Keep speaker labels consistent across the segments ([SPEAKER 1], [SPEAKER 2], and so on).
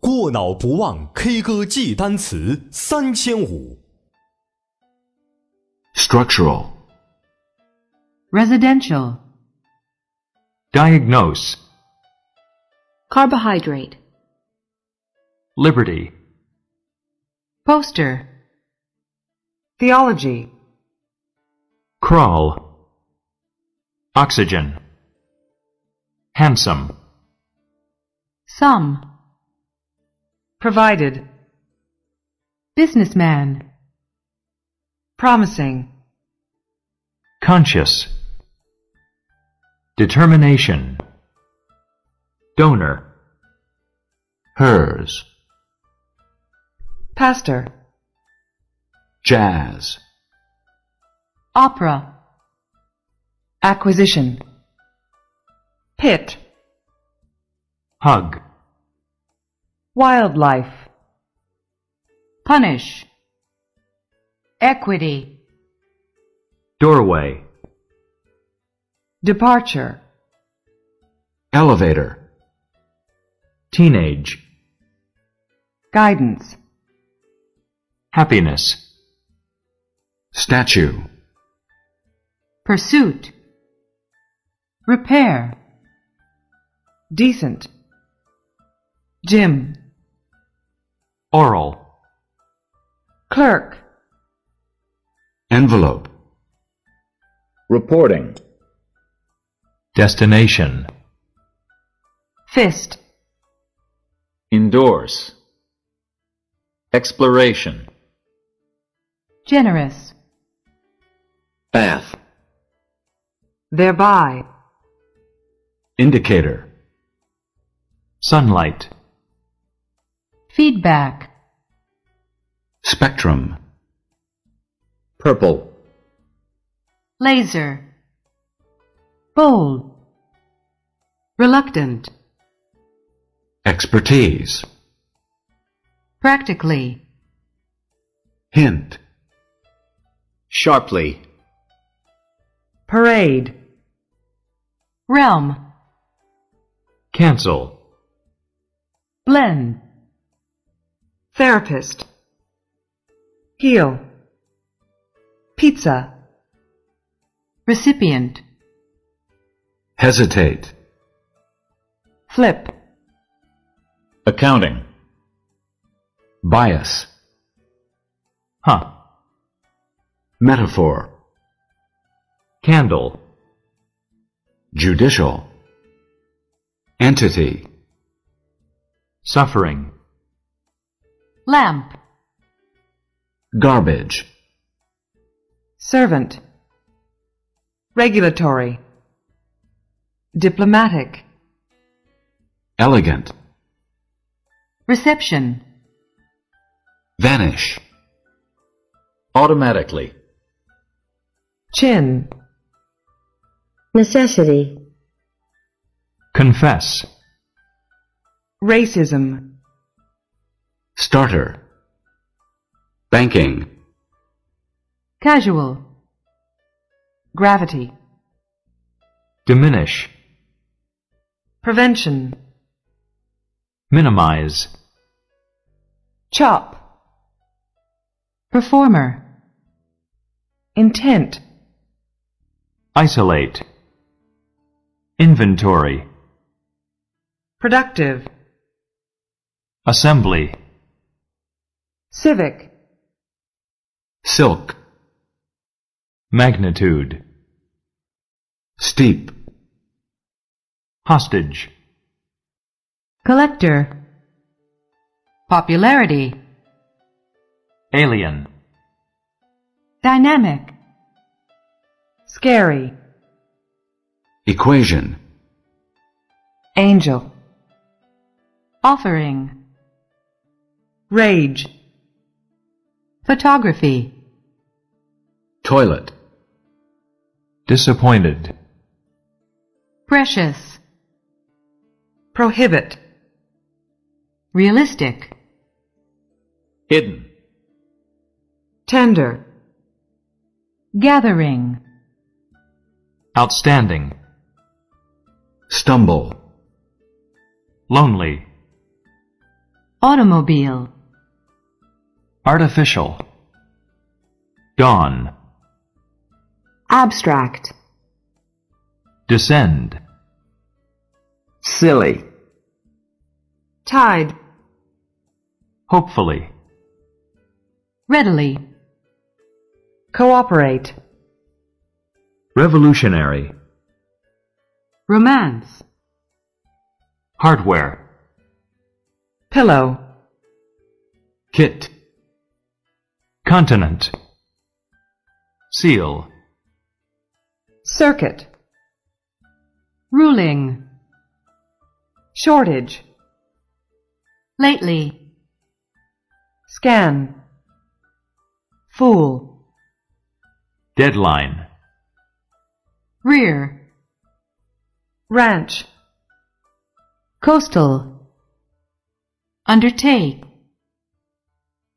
[SPEAKER 1] 过脑不忘 K 歌记单词三千五。
[SPEAKER 2] structural,
[SPEAKER 3] residential,
[SPEAKER 2] diagnose,
[SPEAKER 3] carbohydrate,
[SPEAKER 2] liberty,
[SPEAKER 3] poster, theology,
[SPEAKER 2] crawl, oxygen, handsome,
[SPEAKER 3] sum, provided, businessman, promising,
[SPEAKER 2] conscious, determination, donor, hers,
[SPEAKER 3] pastor,
[SPEAKER 2] jazz,
[SPEAKER 3] opera, acquisition, pit,
[SPEAKER 2] hug,
[SPEAKER 3] wildlife, punish, equity,
[SPEAKER 2] doorway,
[SPEAKER 3] departure,
[SPEAKER 2] elevator, teenage,
[SPEAKER 3] guidance,
[SPEAKER 2] happiness, statue,
[SPEAKER 3] pursuit, repair, decent, gym,
[SPEAKER 2] oral,
[SPEAKER 3] clerk,
[SPEAKER 2] envelope,
[SPEAKER 4] reporting,
[SPEAKER 2] destination,
[SPEAKER 3] fist,
[SPEAKER 4] endorse, exploration,
[SPEAKER 3] generous,
[SPEAKER 4] bath,
[SPEAKER 3] thereby,
[SPEAKER 2] indicator, sunlight,
[SPEAKER 3] feedback,
[SPEAKER 2] spectrum,
[SPEAKER 4] purple,
[SPEAKER 3] laser, bold, reluctant,
[SPEAKER 2] expertise,
[SPEAKER 3] practically,
[SPEAKER 2] hint,
[SPEAKER 4] sharply,
[SPEAKER 3] parade, realm,
[SPEAKER 2] cancel,
[SPEAKER 3] blend, therapist, heal, pizza, recipient,
[SPEAKER 2] hesitate,
[SPEAKER 3] flip,
[SPEAKER 4] accounting,
[SPEAKER 2] bias, huh, metaphor, candle, judicial, entity, suffering,
[SPEAKER 3] lamp,
[SPEAKER 2] garbage,
[SPEAKER 3] servant, regulatory, diplomatic,
[SPEAKER 2] elegant,
[SPEAKER 3] reception,
[SPEAKER 2] vanish,
[SPEAKER 4] automatically,
[SPEAKER 3] chin,
[SPEAKER 5] necessity,
[SPEAKER 2] confess,
[SPEAKER 3] racism,
[SPEAKER 2] starter, banking,
[SPEAKER 3] casual, gravity,
[SPEAKER 2] diminish,
[SPEAKER 3] prevention,
[SPEAKER 2] minimize,
[SPEAKER 3] chop, performer, intent,
[SPEAKER 2] isolate, inventory,
[SPEAKER 3] productive,
[SPEAKER 2] assembly,
[SPEAKER 3] civic,
[SPEAKER 2] silk, magnitude, steep, hostage,
[SPEAKER 3] collector, popularity,
[SPEAKER 2] alien,
[SPEAKER 3] dynamic, scary,
[SPEAKER 2] equation,
[SPEAKER 3] angel, offering, rage, photography,
[SPEAKER 2] toilet, disappointed,
[SPEAKER 3] precious, prohibit, realistic,
[SPEAKER 4] hidden,
[SPEAKER 3] tender, gathering,
[SPEAKER 2] outstanding, stumble, lonely,
[SPEAKER 3] automobile,
[SPEAKER 2] artificial, dawn,
[SPEAKER 3] abstract,
[SPEAKER 2] descend,
[SPEAKER 4] silly,
[SPEAKER 3] tide,
[SPEAKER 2] hopefully,
[SPEAKER 3] readily, cooperate,
[SPEAKER 2] revolutionary,
[SPEAKER 3] romance,
[SPEAKER 2] hardware,
[SPEAKER 3] pillow,
[SPEAKER 2] kit, continent, seal,
[SPEAKER 3] circuit, ruling, shortage, lately, scan, fool,
[SPEAKER 2] deadline,
[SPEAKER 3] rear, ranch, coastal, undertake,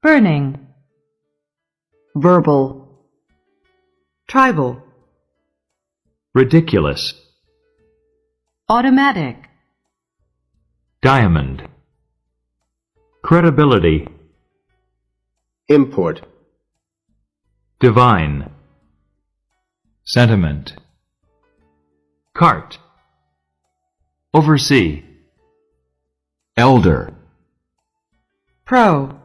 [SPEAKER 3] burning, verbal, tribal,
[SPEAKER 2] ridiculous,
[SPEAKER 3] automatic,
[SPEAKER 2] diamond, credibility,
[SPEAKER 4] import,
[SPEAKER 2] divine, sentiment, cart, oversee, elder,
[SPEAKER 3] pro,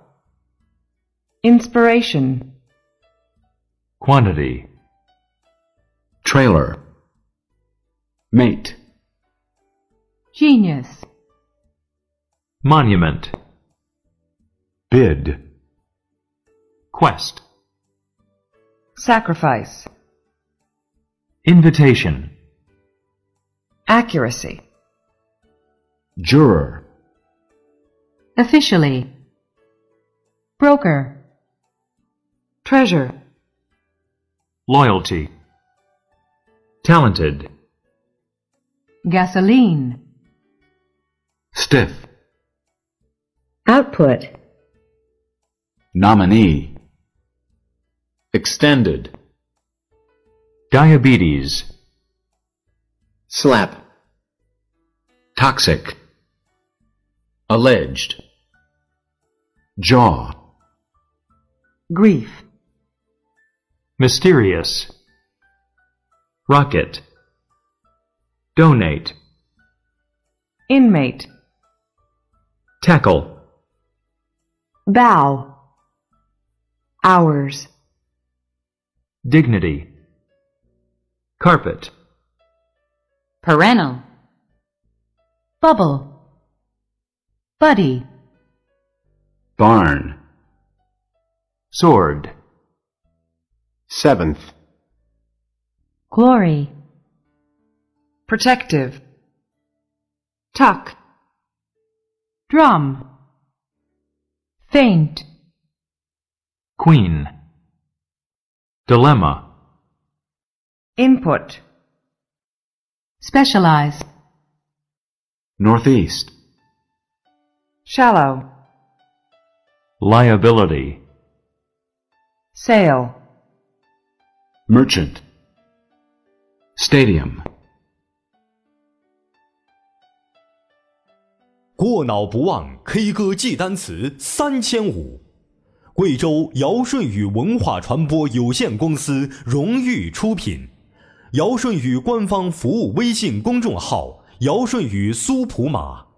[SPEAKER 3] inspiration,
[SPEAKER 2] quantity, trailer, mate,
[SPEAKER 3] genius,
[SPEAKER 2] monument,
[SPEAKER 1] bid,
[SPEAKER 2] quest,
[SPEAKER 3] sacrifice,
[SPEAKER 2] invitation,
[SPEAKER 3] accuracy,
[SPEAKER 2] juror,
[SPEAKER 3] officially, broker, treasure,
[SPEAKER 2] loyalty, talented,
[SPEAKER 3] gasoline,
[SPEAKER 2] stiff,
[SPEAKER 3] output,
[SPEAKER 2] nominee, extended, diabetes,
[SPEAKER 4] slap,
[SPEAKER 2] toxic, alleged, jaw,
[SPEAKER 3] grief,
[SPEAKER 2] mysterious, rocket, donate,
[SPEAKER 3] inmate,
[SPEAKER 2] tackle,
[SPEAKER 3] bow, hours,
[SPEAKER 2] dignity, carpet,
[SPEAKER 3] parental, bubble, buddy,
[SPEAKER 2] barn, sword,
[SPEAKER 4] seventh,
[SPEAKER 3] glory, protective, tuck, drum, faint,
[SPEAKER 2] queen, dilemma,
[SPEAKER 3] input, specialize,
[SPEAKER 2] northeast,
[SPEAKER 3] shallow,
[SPEAKER 2] liability,
[SPEAKER 3] sail,
[SPEAKER 2] merchant, stadium.
[SPEAKER 1] 过脑不忘 K 歌记单词三千五。贵州尧舜禹文化传播有限公司荣誉出品，尧舜禹官方服务微信公众号：尧舜禹苏普码。